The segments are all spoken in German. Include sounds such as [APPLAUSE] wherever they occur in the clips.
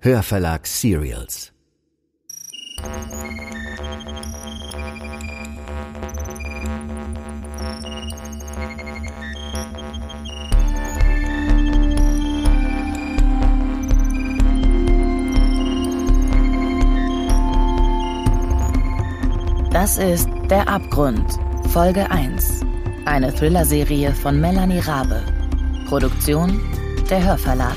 Hörverlag Serials. Das ist Der Abgrund, Folge 1. Eine Thriller-Serie von Melanie Rabe. Produktion der Hörverlag.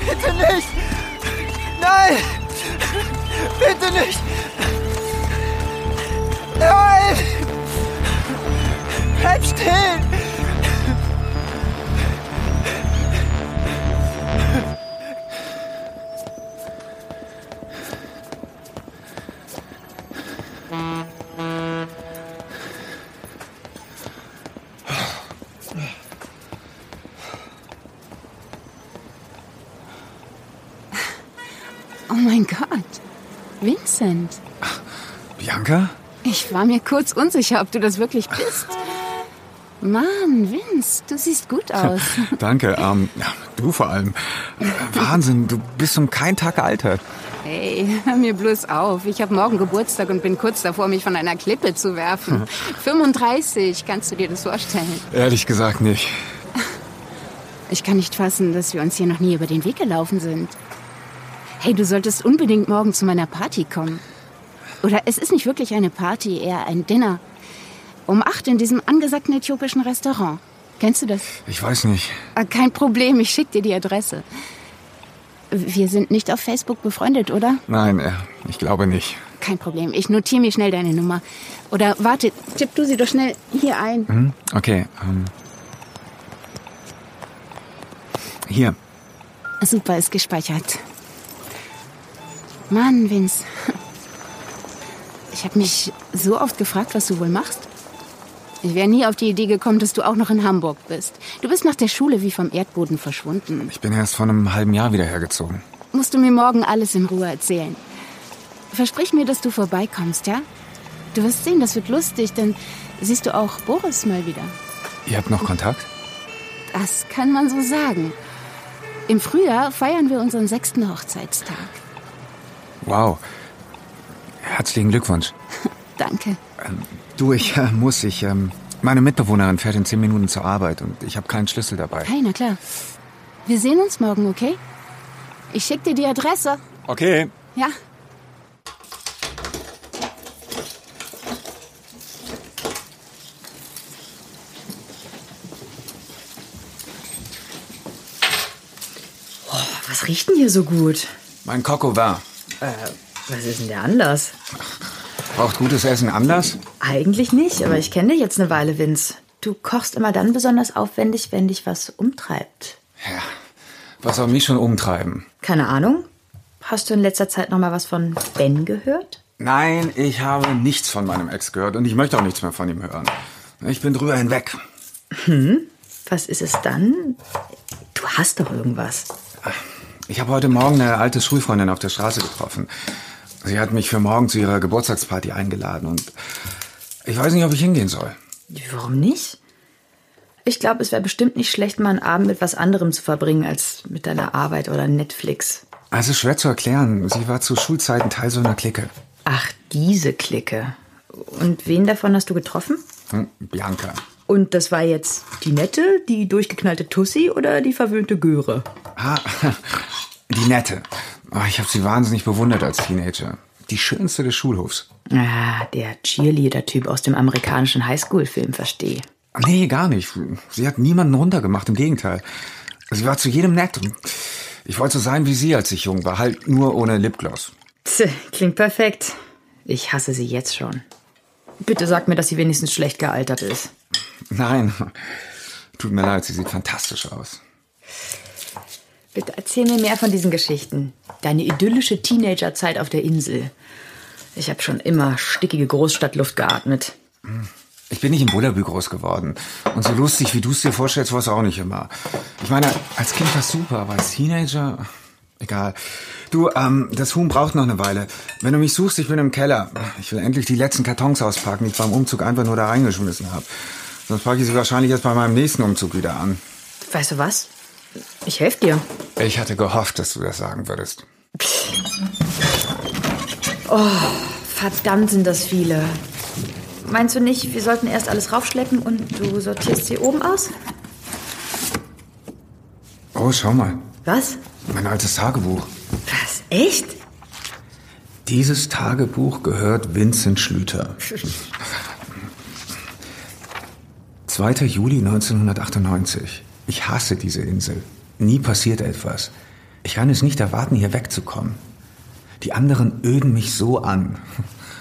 Bitte nicht! Nein! Bitte nicht! Nein! Bleib stehen! Oh mein Gott. Vincent, Bianca? ich war mir kurz unsicher, ob du das wirklich bist. Mann, Vince, du siehst gut aus. Danke, ähm, ja, du vor allem. Äh, Wahnsinn, du bist um keinen Tag gealtert. Hey, hör mir bloß auf. Ich habe morgen Geburtstag und bin kurz davor, mich von einer Klippe zu werfen. 35, kannst du dir das vorstellen? Ehrlich gesagt nicht. Ich kann nicht fassen, dass wir uns hier noch nie über den Weg gelaufen sind. Hey, du solltest unbedingt morgen zu meiner Party kommen. Oder es ist nicht wirklich eine Party, eher ein Dinner. Um acht in diesem angesagten äthiopischen Restaurant. Kennst du das? Ich weiß nicht. Ah, Kein Problem, ich schicke dir die Adresse. Wir sind nicht auf Facebook befreundet, oder? Nein, äh, ich glaube nicht. Kein Problem, ich notiere mir schnell deine Nummer. Oder warte, tipp du sie doch schnell hier ein. Hm? Okay, ähm. Hier. Super, ist gespeichert. Mann, Vince. Ich habe mich so oft gefragt, was du wohl machst. Ich wäre nie auf die Idee gekommen, dass du auch noch in Hamburg bist. Du bist nach der Schule wie vom Erdboden verschwunden. Ich bin erst vor einem halben Jahr wieder hergezogen. Musst du mir morgen alles in Ruhe erzählen. Versprich mir, dass du vorbeikommst, ja? Du wirst sehen, das wird lustig, dann siehst du auch Boris mal wieder. Ihr habt noch Kontakt? Das kann man so sagen. Im Frühjahr feiern wir unseren sechsten Hochzeitstag. Wow. Herzlichen Glückwunsch. Danke. Du, ich äh, muss, ich, ähm, meine Mitbewohnerin fährt in zehn Minuten zur Arbeit und ich habe keinen Schlüssel dabei. Hey, na klar. Wir sehen uns morgen, okay? Ich schicke dir die Adresse. Okay. Ja. Was riecht denn hier so gut? Mein Coco war. Was ist denn der Anlass? Braucht gutes Essen Anlass? Eigentlich nicht, aber ich kenne dich jetzt eine Weile, Vince. Du kochst immer dann besonders aufwendig, wenn dich was umtreibt. Ja. Was soll mich schon umtreiben? Keine Ahnung. Hast du in letzter Zeit noch mal was von Ben gehört? Nein, ich habe nichts von meinem Ex gehört und ich möchte auch nichts mehr von ihm hören. Ich bin drüber hinweg. Was ist es dann? Du hast doch irgendwas. Ich habe heute Morgen eine alte Schulfreundin auf der Straße getroffen. Sie hat mich für morgen zu ihrer Geburtstagsparty eingeladen und ich weiß nicht, ob ich hingehen soll. Warum nicht? Ich glaube, es wäre bestimmt nicht schlecht, mal einen Abend mit was anderem zu verbringen als mit deiner Arbeit oder Netflix. Es ist schwer zu erklären. Sie war zu Schulzeiten Teil so einer Clique. Ach, diese Clique. Und wen davon hast du getroffen? Hm, Bianca. Und das war jetzt die nette, die durchgeknallte Tussi oder die verwöhnte Göre? Ah, [LAUGHS] die Nette. Oh, ich habe sie wahnsinnig bewundert als Teenager. Die schönste des Schulhofs. Ah, der Cheerleader-Typ aus dem amerikanischen Highschool-Film, verstehe. Nee, gar nicht. Sie hat niemanden runtergemacht, im Gegenteil. Sie war zu jedem nett. und Ich wollte so sein wie sie, als ich jung war, halt nur ohne Lipgloss. Tse, klingt perfekt. Ich hasse sie jetzt schon. Bitte sag mir, dass sie wenigstens schlecht gealtert ist. Nein, tut mir leid, sie sieht fantastisch aus. Bitte erzähl mir mehr von diesen Geschichten. Deine idyllische Teenagerzeit auf der Insel. Ich habe schon immer stickige Großstadtluft geatmet. Ich bin nicht in Bullerbü groß geworden. Und so lustig, wie du es dir vorstellst, war es auch nicht immer. Ich meine, als Kind war super, aber als Teenager... Egal. Du, ähm, das Huhn braucht noch eine Weile. Wenn du mich suchst, ich bin im Keller. Ich will endlich die letzten Kartons auspacken, die ich beim Umzug einfach nur da reingeschmissen habe. Sonst packe ich sie wahrscheinlich erst bei meinem nächsten Umzug wieder an. Weißt du was? Ich helfe dir. Ich hatte gehofft, dass du das sagen würdest. Oh, Verdammt sind das viele. Meinst du nicht, wir sollten erst alles raufschleppen und du sortierst sie oben aus? Oh, schau mal. Was? Mein altes Tagebuch. Was? Echt? Dieses Tagebuch gehört Vincent Schlüter. 2. Juli 1998. Ich hasse diese Insel. Nie passiert etwas. Ich kann es nicht erwarten, hier wegzukommen. Die anderen öden mich so an.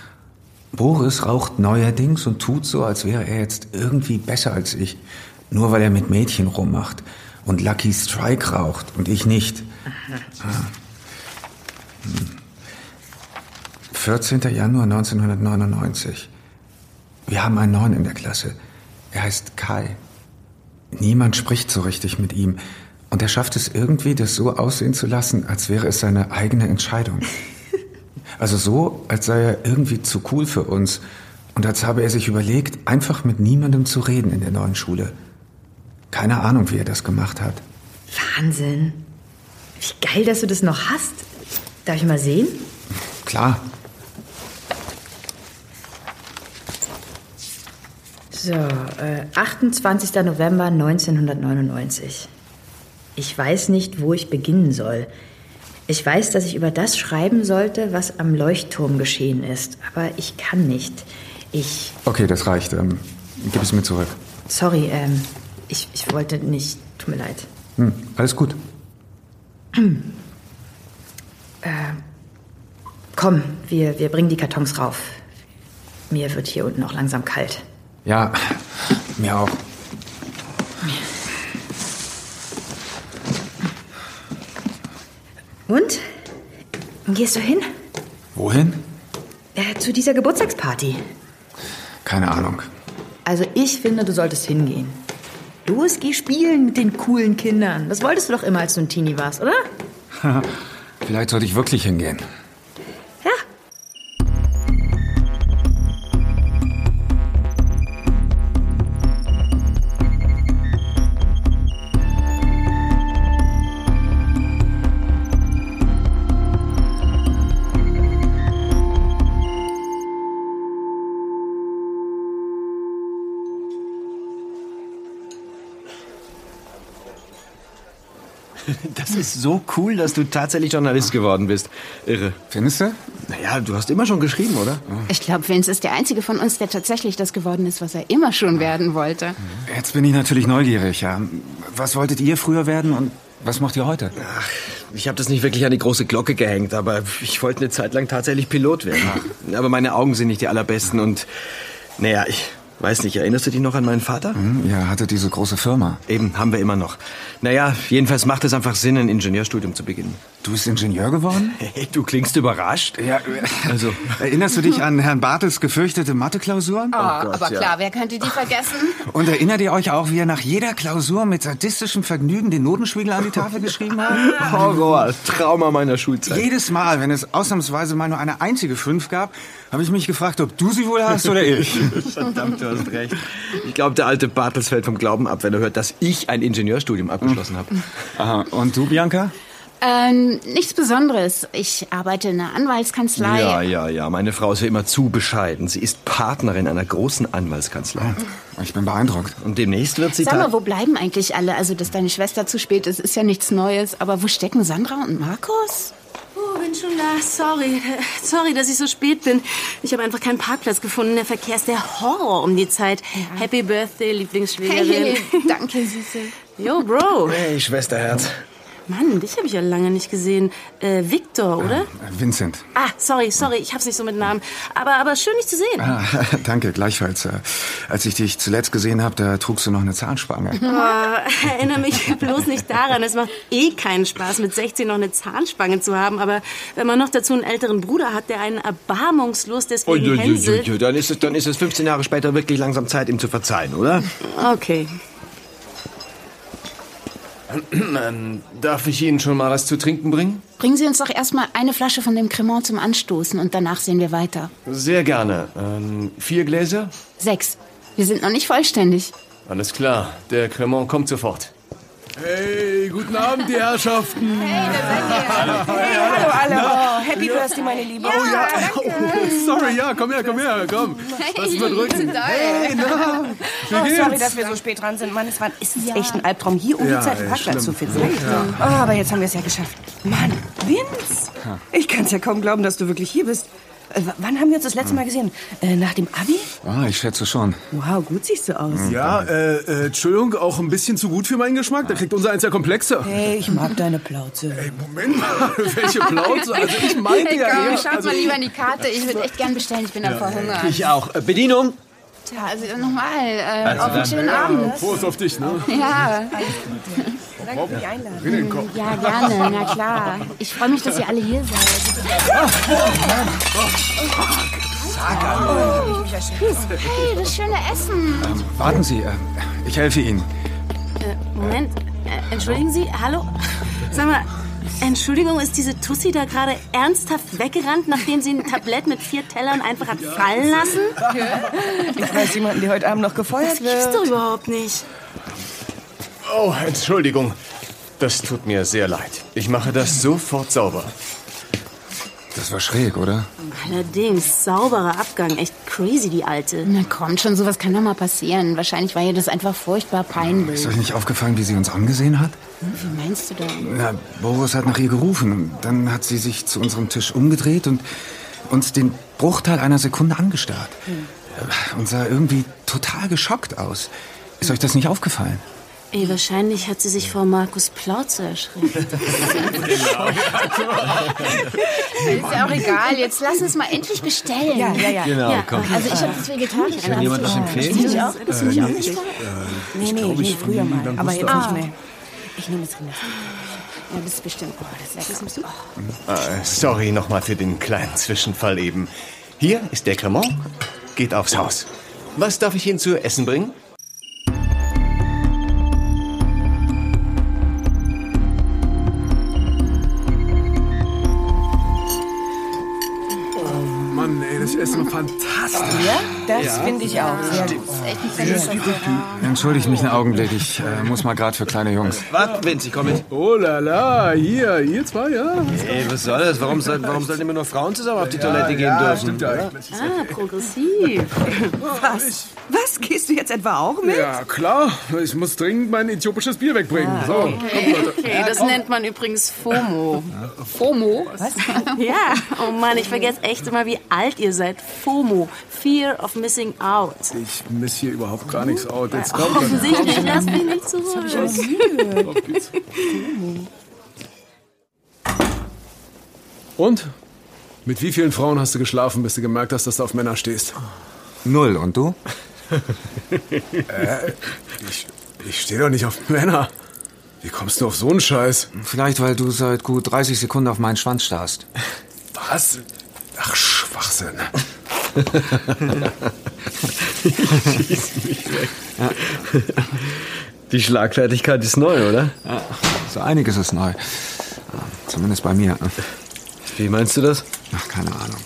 [LAUGHS] Boris raucht neuerdings und tut so, als wäre er jetzt irgendwie besser als ich. Nur weil er mit Mädchen rummacht und Lucky Strike raucht und ich nicht. Ah. Hm. 14. Januar 1999. Wir haben einen neuen in der Klasse. Er heißt Kai. Niemand spricht so richtig mit ihm. Und er schafft es irgendwie, das so aussehen zu lassen, als wäre es seine eigene Entscheidung. Also so, als sei er irgendwie zu cool für uns. Und als habe er sich überlegt, einfach mit niemandem zu reden in der neuen Schule. Keine Ahnung, wie er das gemacht hat. Wahnsinn. Wie geil, dass du das noch hast. Darf ich mal sehen? Klar, So, äh, 28. November 1999. Ich weiß nicht, wo ich beginnen soll. Ich weiß, dass ich über das schreiben sollte, was am Leuchtturm geschehen ist, aber ich kann nicht. Ich, okay, das reicht. Ähm, gib es mir zurück. sorry, ähm, ich, ich wollte nicht, tut mir leid. Hm, alles gut. Komm, wir, wir bringen die Kartons rauf. Mir wird hier unten auch langsam kalt. Ja, [LAUGHS] mir auch. Und? Gehst du hin? Wohin? Äh, zu dieser Geburtstagsparty. Keine Ahnung. Also ich finde, du solltest hingehen. Los, geh spielen mit den coolen Kindern. Das wolltest du doch immer, als du ein Teenie warst, oder? [LAUGHS] Vielleicht sollte ich wirklich hingehen. Ja. Das ist so cool, dass du tatsächlich Journalist geworden bist. Irre. Findest du? Naja, du hast immer schon geschrieben, oder? Ich glaube, Vince ist der einzige von uns, der tatsächlich das geworden ist, was er immer schon werden wollte. Jetzt bin ich natürlich neugierig, ja. Was wolltet ihr früher werden und was macht ihr heute? Ich habe das nicht wirklich an die große Glocke gehängt, aber ich wollte eine Zeit lang tatsächlich Pilot werden. Aber meine Augen sind nicht die allerbesten und naja, ich weiß nicht, erinnerst du dich noch an meinen Vater? Hm, ihr hattet diese große Firma. Eben, haben wir immer noch. Naja, jedenfalls macht es einfach Sinn, ein Ingenieurstudium zu beginnen. Du bist Ingenieur geworden? Hey, du klingst überrascht. Ja, also. [LAUGHS] Erinnerst du dich an Herrn Bartels gefürchtete Mathe-Klausuren? Ah, Gott, aber ja. klar, wer könnte die vergessen? Und erinnert ihr euch auch, wie er nach jeder Klausur mit sadistischem Vergnügen den Notenspiegel an die Tafel geschrieben [LAUGHS] hat? [LAUGHS] Horror, Trauma meiner Schulzeit. Jedes Mal, wenn es ausnahmsweise mal nur eine einzige 5 gab, habe ich mich gefragt, ob du sie wohl hast oder ich. Verdammt, du hast recht. Ich glaube, der alte Bartels fällt vom Glauben ab, wenn er hört, dass ich ein Ingenieurstudium abgeschlossen [LAUGHS] habe. Aha. Und du, Bianca? [LAUGHS] Ähm, nichts Besonderes. Ich arbeite in einer Anwaltskanzlei. Ja, ja, ja. Meine Frau ist ja immer zu bescheiden. Sie ist Partnerin einer großen Anwaltskanzlei. Ich bin beeindruckt. Und demnächst wird sie... Sag ta- mal, wo bleiben eigentlich alle? Also, dass deine Schwester zu spät ist, ist ja nichts Neues. Aber wo stecken Sandra und Markus? Oh, bin schon da. Sorry. Sorry, dass ich so spät bin. Ich habe einfach keinen Parkplatz gefunden. Der Verkehr ist der Horror um die Zeit. [LAUGHS] Happy Birthday, Lieblingsschwägerin. danke, Süße. Yo, Bro. Hey, Schwesterherz. Mann, dich habe ich ja lange nicht gesehen. Äh, Victor, oder? Äh, Vincent. Ah, sorry, sorry, ich hab's nicht so mit Namen. Aber, aber schön, dich zu sehen. Ah, [LAUGHS] danke, gleichfalls. Äh, Als ich dich zuletzt gesehen habe, da trugst du noch eine Zahnspange. Oh, [LAUGHS] erinnere mich bloß nicht daran. Es macht eh keinen Spaß, mit 16 noch eine Zahnspange zu haben. Aber wenn man noch dazu einen älteren Bruder hat, der einen erbarmungslos Ui, deswegen ui, ui, hänselt. ui, Dann ist es, dann ist es 15 Jahre später wirklich langsam Zeit, ihm zu verzeihen, oder? Okay. Ähm, darf ich Ihnen schon mal was zu trinken bringen? Bringen Sie uns doch erstmal eine Flasche von dem Cremant zum Anstoßen und danach sehen wir weiter. Sehr gerne. Ähm, vier Gläser? Sechs. Wir sind noch nicht vollständig. Alles klar, der Cremant kommt sofort. Hey, guten Abend, die [LAUGHS] Herrschaften. Hallo alle. Oh, happy Birthday, meine Liebe. Ja, Oh, Sorry, ja, komm her, komm her, komm. Lass mal drücken. Hey, na, Oh, wie sorry, geht's? dass wir so spät dran sind. Mann, es war, ist es echt ein Albtraum, hier um die Zeit einen Parkplatz zu finden. Oh, aber jetzt haben wir es ja geschafft. Mann, Vince, ich kann es ja kaum glauben, dass du wirklich hier bist. Äh, w- wann haben wir uns das letzte Mal gesehen? Äh, nach dem Abi? Ah, ich schätze schon. Wow, gut siehst du aus. Ja, äh, äh, Entschuldigung, auch ein bisschen zu gut für meinen Geschmack. Da kriegt unser eins ja komplexer. Hey, ich mag deine Plauze. Moment mal, welche Plauze? Also [LAUGHS] ich meinte ja eher... Also, lieber in die Karte. Ich würde echt gern bestellen. Ich bin am Verhungern. Ich auch. Äh, Bedienung? Tja, also nochmal. Äh, auf einen schönen Abend. Also Prost auf dich, ne? Ja, Danke für die Einladung. ja, gerne. Na klar. Ich freue mich, dass ihr alle hier seid. Hey, das schöne Essen. Warten Sie, äh, ich helfe Ihnen. Äh, Moment. Äh, entschuldigen Sie? Hallo? Sag mal. Entschuldigung, ist diese Tussi da gerade ernsthaft weggerannt, nachdem sie ein Tablett mit vier Tellern einfach hat fallen lassen? Ich weiß jemanden, der heute Abend noch gefeuert Gibt's wird. doch überhaupt nicht. Oh, Entschuldigung. Das tut mir sehr leid. Ich mache das sofort sauber. Das war schräg, oder? Allerdings, sauberer Abgang. Echt crazy, die Alte. Na kommt schon, sowas kann doch mal passieren. Wahrscheinlich war ihr das einfach furchtbar peinlich. Ist euch nicht aufgefallen, wie sie uns angesehen hat? Wie meinst du denn? Na, Boris hat nach ihr gerufen. und Dann hat sie sich zu unserem Tisch umgedreht und uns den Bruchteil einer Sekunde angestarrt. Äh, Und sah irgendwie total geschockt aus. Ist euch das nicht aufgefallen? Ey, wahrscheinlich hat sie sich vor Markus Plauze erschreckt. Ist ja auch egal. Jetzt lass uns mal endlich bestellen. Ja, ja, ja. Genau, Ja, komm. Also ich habe das vegetarisch Kann jemand was empfehlen? Äh, Ich auch. Das finde ich auch nicht wahr. Nee, nee, nee, früher mal. Aber jetzt nicht mehr. Ich nehme jetzt Rinder. Ja, das ist bestimmt. Oh, das ist lecker. Äh, sorry nochmal für den kleinen Zwischenfall eben. Hier ist der Cremant. Geht aufs Haus. Was darf ich Ihnen zu essen bringen? Mann, ey, das Essen war fantastisch. Ja, das finde ich auch. Sehr gut. Entschuldigt mich einen Augenblick. Ich äh, muss mal gerade für kleine Jungs. Warte, Vince, ich komm mit. Oh la la, hier, ihr zwei, ja? Ey, was soll das? Warum, soll, warum sollten immer nur Frauen zusammen auf die Toilette gehen ja, dürfen? stimmt ja eigentlich. Ah, progressiv. Was? Was? Gehst du jetzt etwa auch mit? Ja, klar. Ich muss dringend mein äthiopisches Bier wegbringen. So, kommt, Leute. Okay, das nennt man übrigens FOMO. FOMO. Ja, oh Mann, ich vergesse echt immer, wie alt ihr seid. FOMO, Fear of Missing Out. Oh, Ich miss hier überhaupt gar nichts out. Jetzt kommt er. Offensichtlich lasst mich nicht zurück. Auf geht's. Und? Mit wie vielen Frauen hast du geschlafen, bis du gemerkt hast, dass du auf Männer stehst? Null. Und du? Ich, ich stehe doch nicht auf Männer. Wie kommst du auf so einen Scheiß? Vielleicht, weil du seit gut 30 Sekunden auf meinen Schwanz starrst. Was? Ach, Schwachsinn. Die Schlagfertigkeit ist neu, oder? So einiges ist neu. Zumindest bei mir. Wie meinst du das? Ach, keine Ahnung.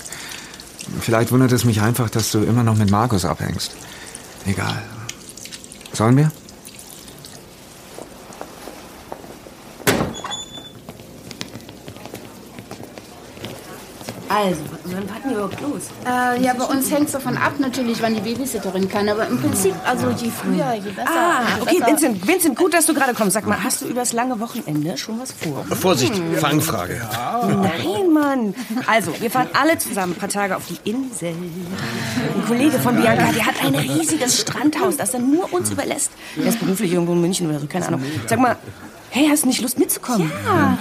Vielleicht wundert es mich einfach, dass du immer noch mit Markus abhängst. Egal. Sollen wir? Also, wann packen wir überhaupt los? Äh, ja, bei uns hängt es davon ab, natürlich, wann die Babysitterin kann. Aber im Prinzip, also je früher, je besser. Also Ah, Je okay, besser. Vincent, Vincent, gut, dass du gerade kommst. Sag mal, hast du übers lange Wochenende schon was vor? Vorsicht, Fangfrage. Oh, Nein, Mann. Also, wir fahren alle zusammen ein paar Tage auf die Insel. Ein Kollege von Bianca, der hat ein riesiges Strandhaus, das er nur uns überlässt. Der ist beruflich irgendwo in München oder so, keine Ahnung. Sag mal, Hey, hast du nicht Lust mitzukommen? Ja.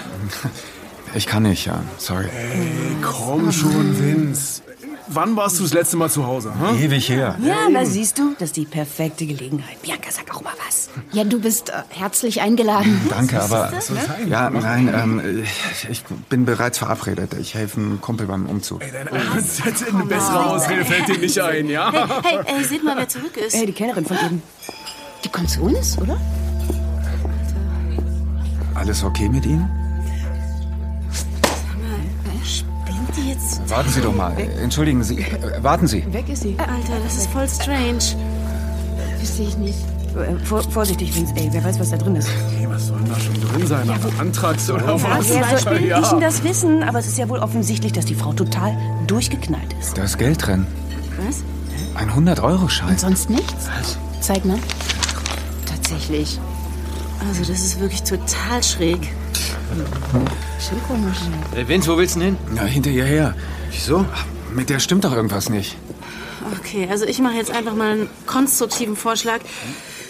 Ich kann nicht, ja. Sorry. Hey, komm schon, Vince. Wann warst du das letzte Mal zu Hause? Hm? Ewig her. Ja, da siehst du, das ist die perfekte Gelegenheit. Bianca, sag auch mal was. Ja, du bist äh, herzlich eingeladen. Danke, Was ist aber. das, ne? Ja, nein, ähm, ich- ich bin bereits verabredet. Ich helfe einem Kumpel beim Umzug. Jetzt eine bessere Ausrede fällt dir nicht ein, Hey, ja? hey, ey, seht mal, wer zurück ist. Hey, die Kellnerin von eben. Die kommt zu uns, oder? Alles okay mit Ihnen? Spinnt die jetzt? Warten Sie doch mal. Entschuldigen Sie. äh, Warten Sie. Weg ist sie. Alter, das ist voll strange. Wüsste ich nicht. Äh, vor, vorsichtig, Vince. Ey, wer weiß, was da drin ist. Hey, was soll denn da schon drin sein? Auf Antrags oder was? wer soll Ja. ich denn das wissen? Aber es ist ja wohl offensichtlich, dass die Frau total durchgeknallt ist. Da ist Geld drin. Was? Ein 100-Euro-Schein. Sonst nichts? Zeig mal. Tatsächlich. Also, das ist wirklich total schräg. Schon komisch. Hey, Vince, wo willst du denn hin? Ja, hinter ihr her. Wieso? Mit der stimmt doch irgendwas nicht. Okay, also ich mache jetzt einfach mal einen konstruktiven Vorschlag.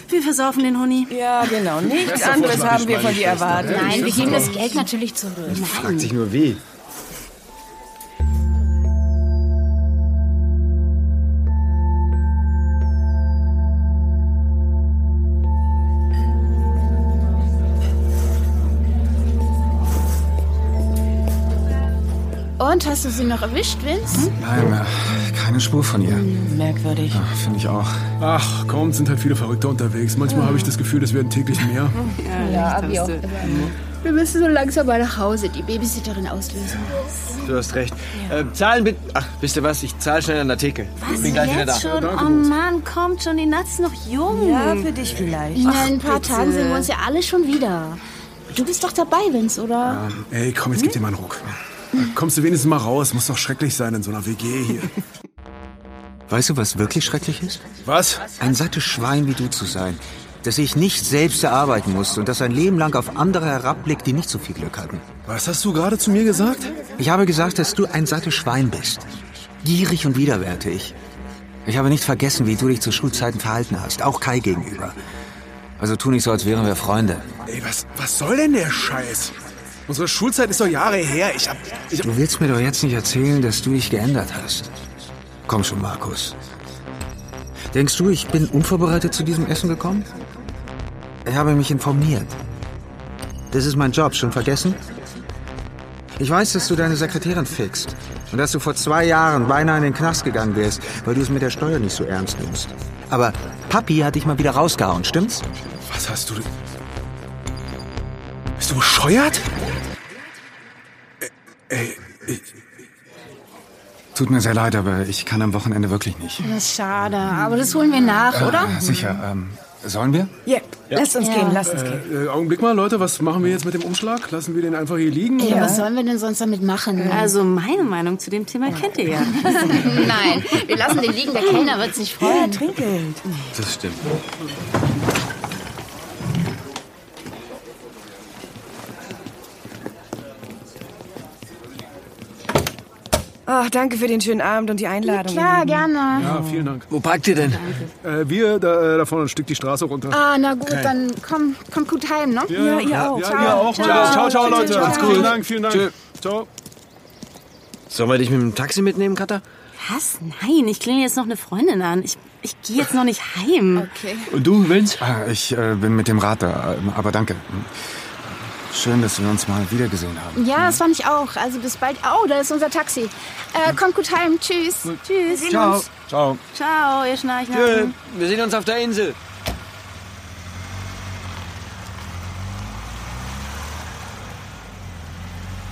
Wir versaufen den Honig. Ja, genau. Nichts anderes haben wir von dir erwartet. Nein, wir geben das Geld natürlich zurück. Fragt sich nur wie. Und hast du sie noch erwischt, Vince? Nein, äh, keine Spur von ihr. Merkwürdig. Ja, Finde ich auch. Ach komm, sind halt viele Verrückte unterwegs. Manchmal habe ich das Gefühl, es werden täglich mehr. Wir müssen so langsam mal nach Hause die Babysitterin auslösen. Du hast recht. Ähm, zahlen bitte. Ach, wisst ihr was? Ich zahle schnell an der Theke. Was? Bin gleich jetzt wieder da. schon? Oh Mann, kommt schon, die Nats noch jung. Ja, für dich vielleicht. In ein paar Tagen sehen wir uns ja alle schon wieder. Du bist doch dabei, Vince, oder? Ey, komm, jetzt gib dir mal einen Ruck. Kommst du wenigstens mal raus? Muss doch schrecklich sein in so einer WG [LAUGHS] hier. Weißt du, was wirklich schrecklich ist? Was? Ein sattes Schwein wie du zu sein. Dass ich nicht selbst erarbeiten musste und dass ein Leben lang auf andere herabblickt, die nicht so viel Glück hatten. Was hast du gerade zu mir gesagt? Ich habe gesagt, dass du ein sattes Schwein bist. Gierig und widerwärtig. Ich habe nicht vergessen, wie du dich zu Schulzeiten verhalten hast, auch Kai gegenüber. Also tu nicht so, als wären wir Freunde. Ey, was, was soll denn der Scheiß? Unsere Schulzeit ist doch Jahre her. Ich hab. Ich hab Du willst mir doch jetzt nicht erzählen, dass du dich geändert hast. Komm schon, Markus. Denkst du, ich bin unvorbereitet zu diesem Essen gekommen? Ich habe mich informiert. Das ist mein Job, schon vergessen? Ich weiß, dass du deine Sekretärin fixst und dass du vor zwei Jahren beinahe in den Knast gegangen wärst, weil du es mit der Steuer nicht so ernst nimmst. Aber Papi hat dich mal wieder rausgehauen, stimmt's? was hast du. denn- Bist du bescheuert? Äh, Tut mir sehr leid, aber ich kann am Wochenende wirklich nicht. Hm. Das ist schade, aber das holen wir nach, oder? sicher. Ähm, sollen wir? Ja, lass uns gehen, lass uns gehen. Äh, Augenblick mal, Leute, was machen wir jetzt mit dem Umschlag? Lassen wir den einfach hier liegen? Ja, was sollen wir denn sonst damit machen? Also meine Meinung zu dem Thema kennt ihr ja. [LAUGHS] Nein, wir lassen den liegen, der Kellner wird sich freuen. Trinkgeld. Das stimmt. Ach, danke für den schönen Abend und die Einladung. Klar, gerne. Ja, vielen Dank. Wo parkt ihr denn? Äh, wir da, da vorne ein Stück die Straße runter. Ah, na gut, dann komm, kommt gut heim, ne? Ja, ihr auch. Ja, Ciao. ihr auch. Ciao. ciao, ciao Leute. Macht's gut. Vielen Dank, vielen Dank. Tschö. Ciao. Sollen wir dich mit dem Taxi mitnehmen, Katha? Was? Nein, ich klinge jetzt noch eine Freundin an. Ich, ich gehe jetzt noch nicht heim. Und du, Vince? Ah, Ich äh, bin mit dem Rad da, ähm, aber danke. Schön, dass wir uns mal wiedergesehen haben. Ja, das fand ich auch. Also bis bald. Oh, da ist unser Taxi. Äh, kommt gut heim. Tschüss. Tschüss. Ciao. Ciao. Ciao, ihr Schnarchnasen. Tschö. Äh, Wir sehen uns auf der Insel.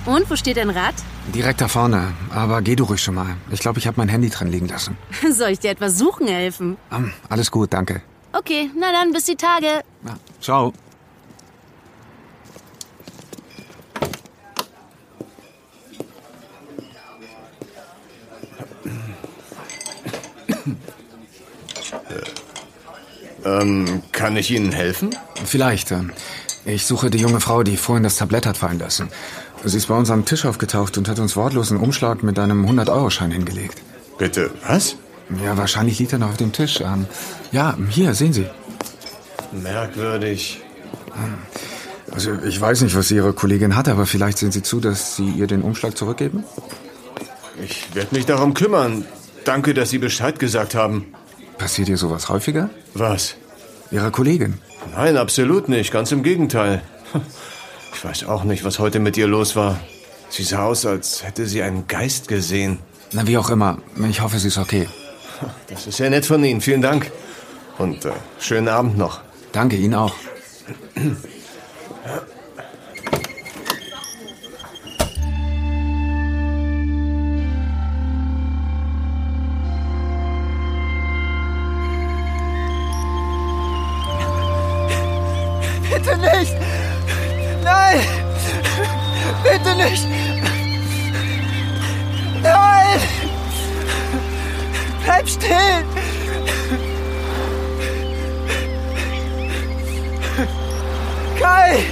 Und wo steht dein Rad? [LAUGHS] Direkt da vorne, aber geh du ruhig schon mal. Ich glaube, ich habe mein Handy drin liegen lassen. Soll ich dir etwas suchen helfen? Ähm, alles gut, danke. Okay, na dann, bis die Tage. Ja, ciao. Kann ich Ihnen helfen? Vielleicht. ähm, Ich suche die junge Frau, die vorhin das Tablett hat fallen lassen. Sie ist bei uns am Tisch aufgetaucht und hat uns wortlos einen Umschlag mit einem 100-Euro-Schein hingelegt. Bitte, was? Ja, wahrscheinlich liegt er noch auf dem Tisch. Ähm, ja, hier, sehen Sie. Merkwürdig. Also ich weiß nicht, was Ihre Kollegin hat, aber vielleicht sehen Sie zu, dass Sie ihr den Umschlag zurückgeben? Ich werde mich darum kümmern. Danke, dass Sie Bescheid gesagt haben. Passiert ihr sowas häufiger? Was? Ihrer Kollegin? Nein, absolut nicht. Ganz im Gegenteil. [LAUGHS] Ich weiß auch nicht, was heute mit ihr los war. Sie sah aus, als hätte sie einen Geist gesehen. Na, wie auch immer. Ich hoffe, sie ist okay. Das ist sehr nett von Ihnen. Vielen Dank. Und äh, schönen Abend noch. Danke, Ihnen auch. Bitte nicht! Nein! Bitte nicht! Nein! Bleib stehen! Kai!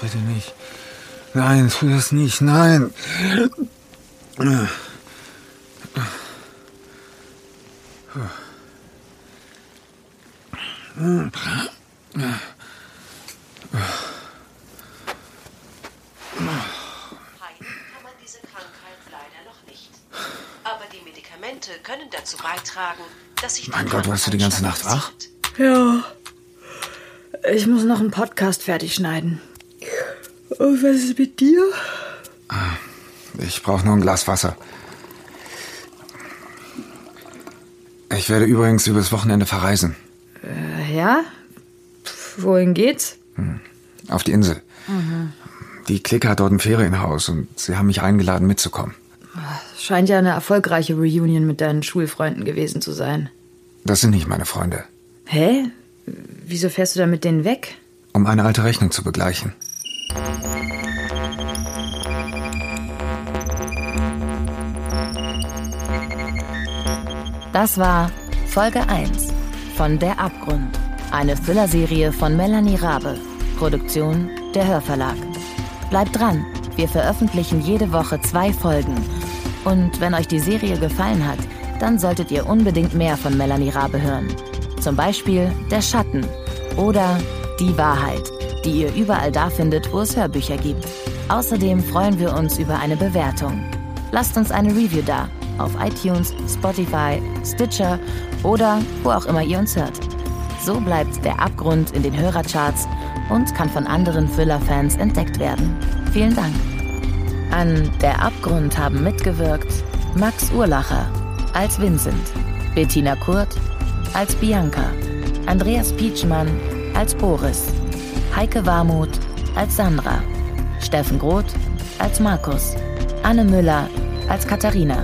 Bitte nicht. Nein, tu das nicht. Nein. Heilen kann man diese Krankheit leider noch nicht. Aber die Medikamente können dazu beitragen, dass sich die Mein Gott, warst du die ganze Nacht wach? Ja. Ich muss noch einen Podcast fertig schneiden. Und was ist mit dir? Ich brauche nur ein Glas Wasser. Ich werde übrigens übers Wochenende verreisen. Äh, ja? Pff, wohin geht's? Auf die Insel. Mhm. Die Clique hat dort ein Ferienhaus und sie haben mich eingeladen, mitzukommen. Scheint ja eine erfolgreiche Reunion mit deinen Schulfreunden gewesen zu sein. Das sind nicht meine Freunde. Hä? Wieso fährst du da mit denen weg? Um eine alte Rechnung zu begleichen. Das war Folge 1 von Der Abgrund. Eine Thriller-Serie von Melanie Rabe. Produktion der Hörverlag. Bleibt dran, wir veröffentlichen jede Woche zwei Folgen. Und wenn euch die Serie gefallen hat, dann solltet ihr unbedingt mehr von Melanie Rabe hören. Zum Beispiel Der Schatten oder Die Wahrheit, die ihr überall da findet, wo es Hörbücher gibt. Außerdem freuen wir uns über eine Bewertung. Lasst uns eine Review da auf iTunes, Spotify, Stitcher oder wo auch immer ihr uns hört. So bleibt der Abgrund in den Hörercharts und kann von anderen Thriller-Fans entdeckt werden. Vielen Dank. An Der Abgrund haben mitgewirkt Max Urlacher als Vincent, Bettina Kurt als Bianca, Andreas Pietschmann als Boris, Heike Warmuth als Sandra, Steffen Groth als Markus, Anne Müller als Katharina,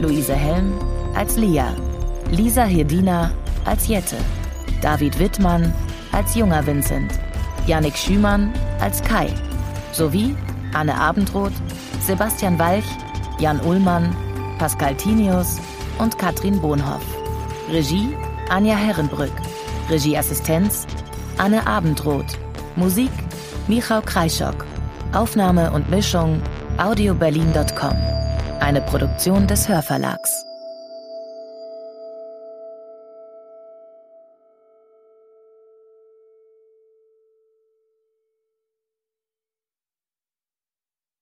Luise Helm als Lia, Lisa Hirdina als Jette, David Wittmann als junger Vincent, Yannick Schümann als Kai, sowie Anne Abendroth, Sebastian Walch, Jan Ullmann, Pascal Tinius und Katrin Bohnhoff. Regie Anja Herrenbrück. Regieassistenz Anne Abendroth. Musik Michał Kreischock. Aufnahme und Mischung audioberlin.com. Eine Produktion des Hörverlags.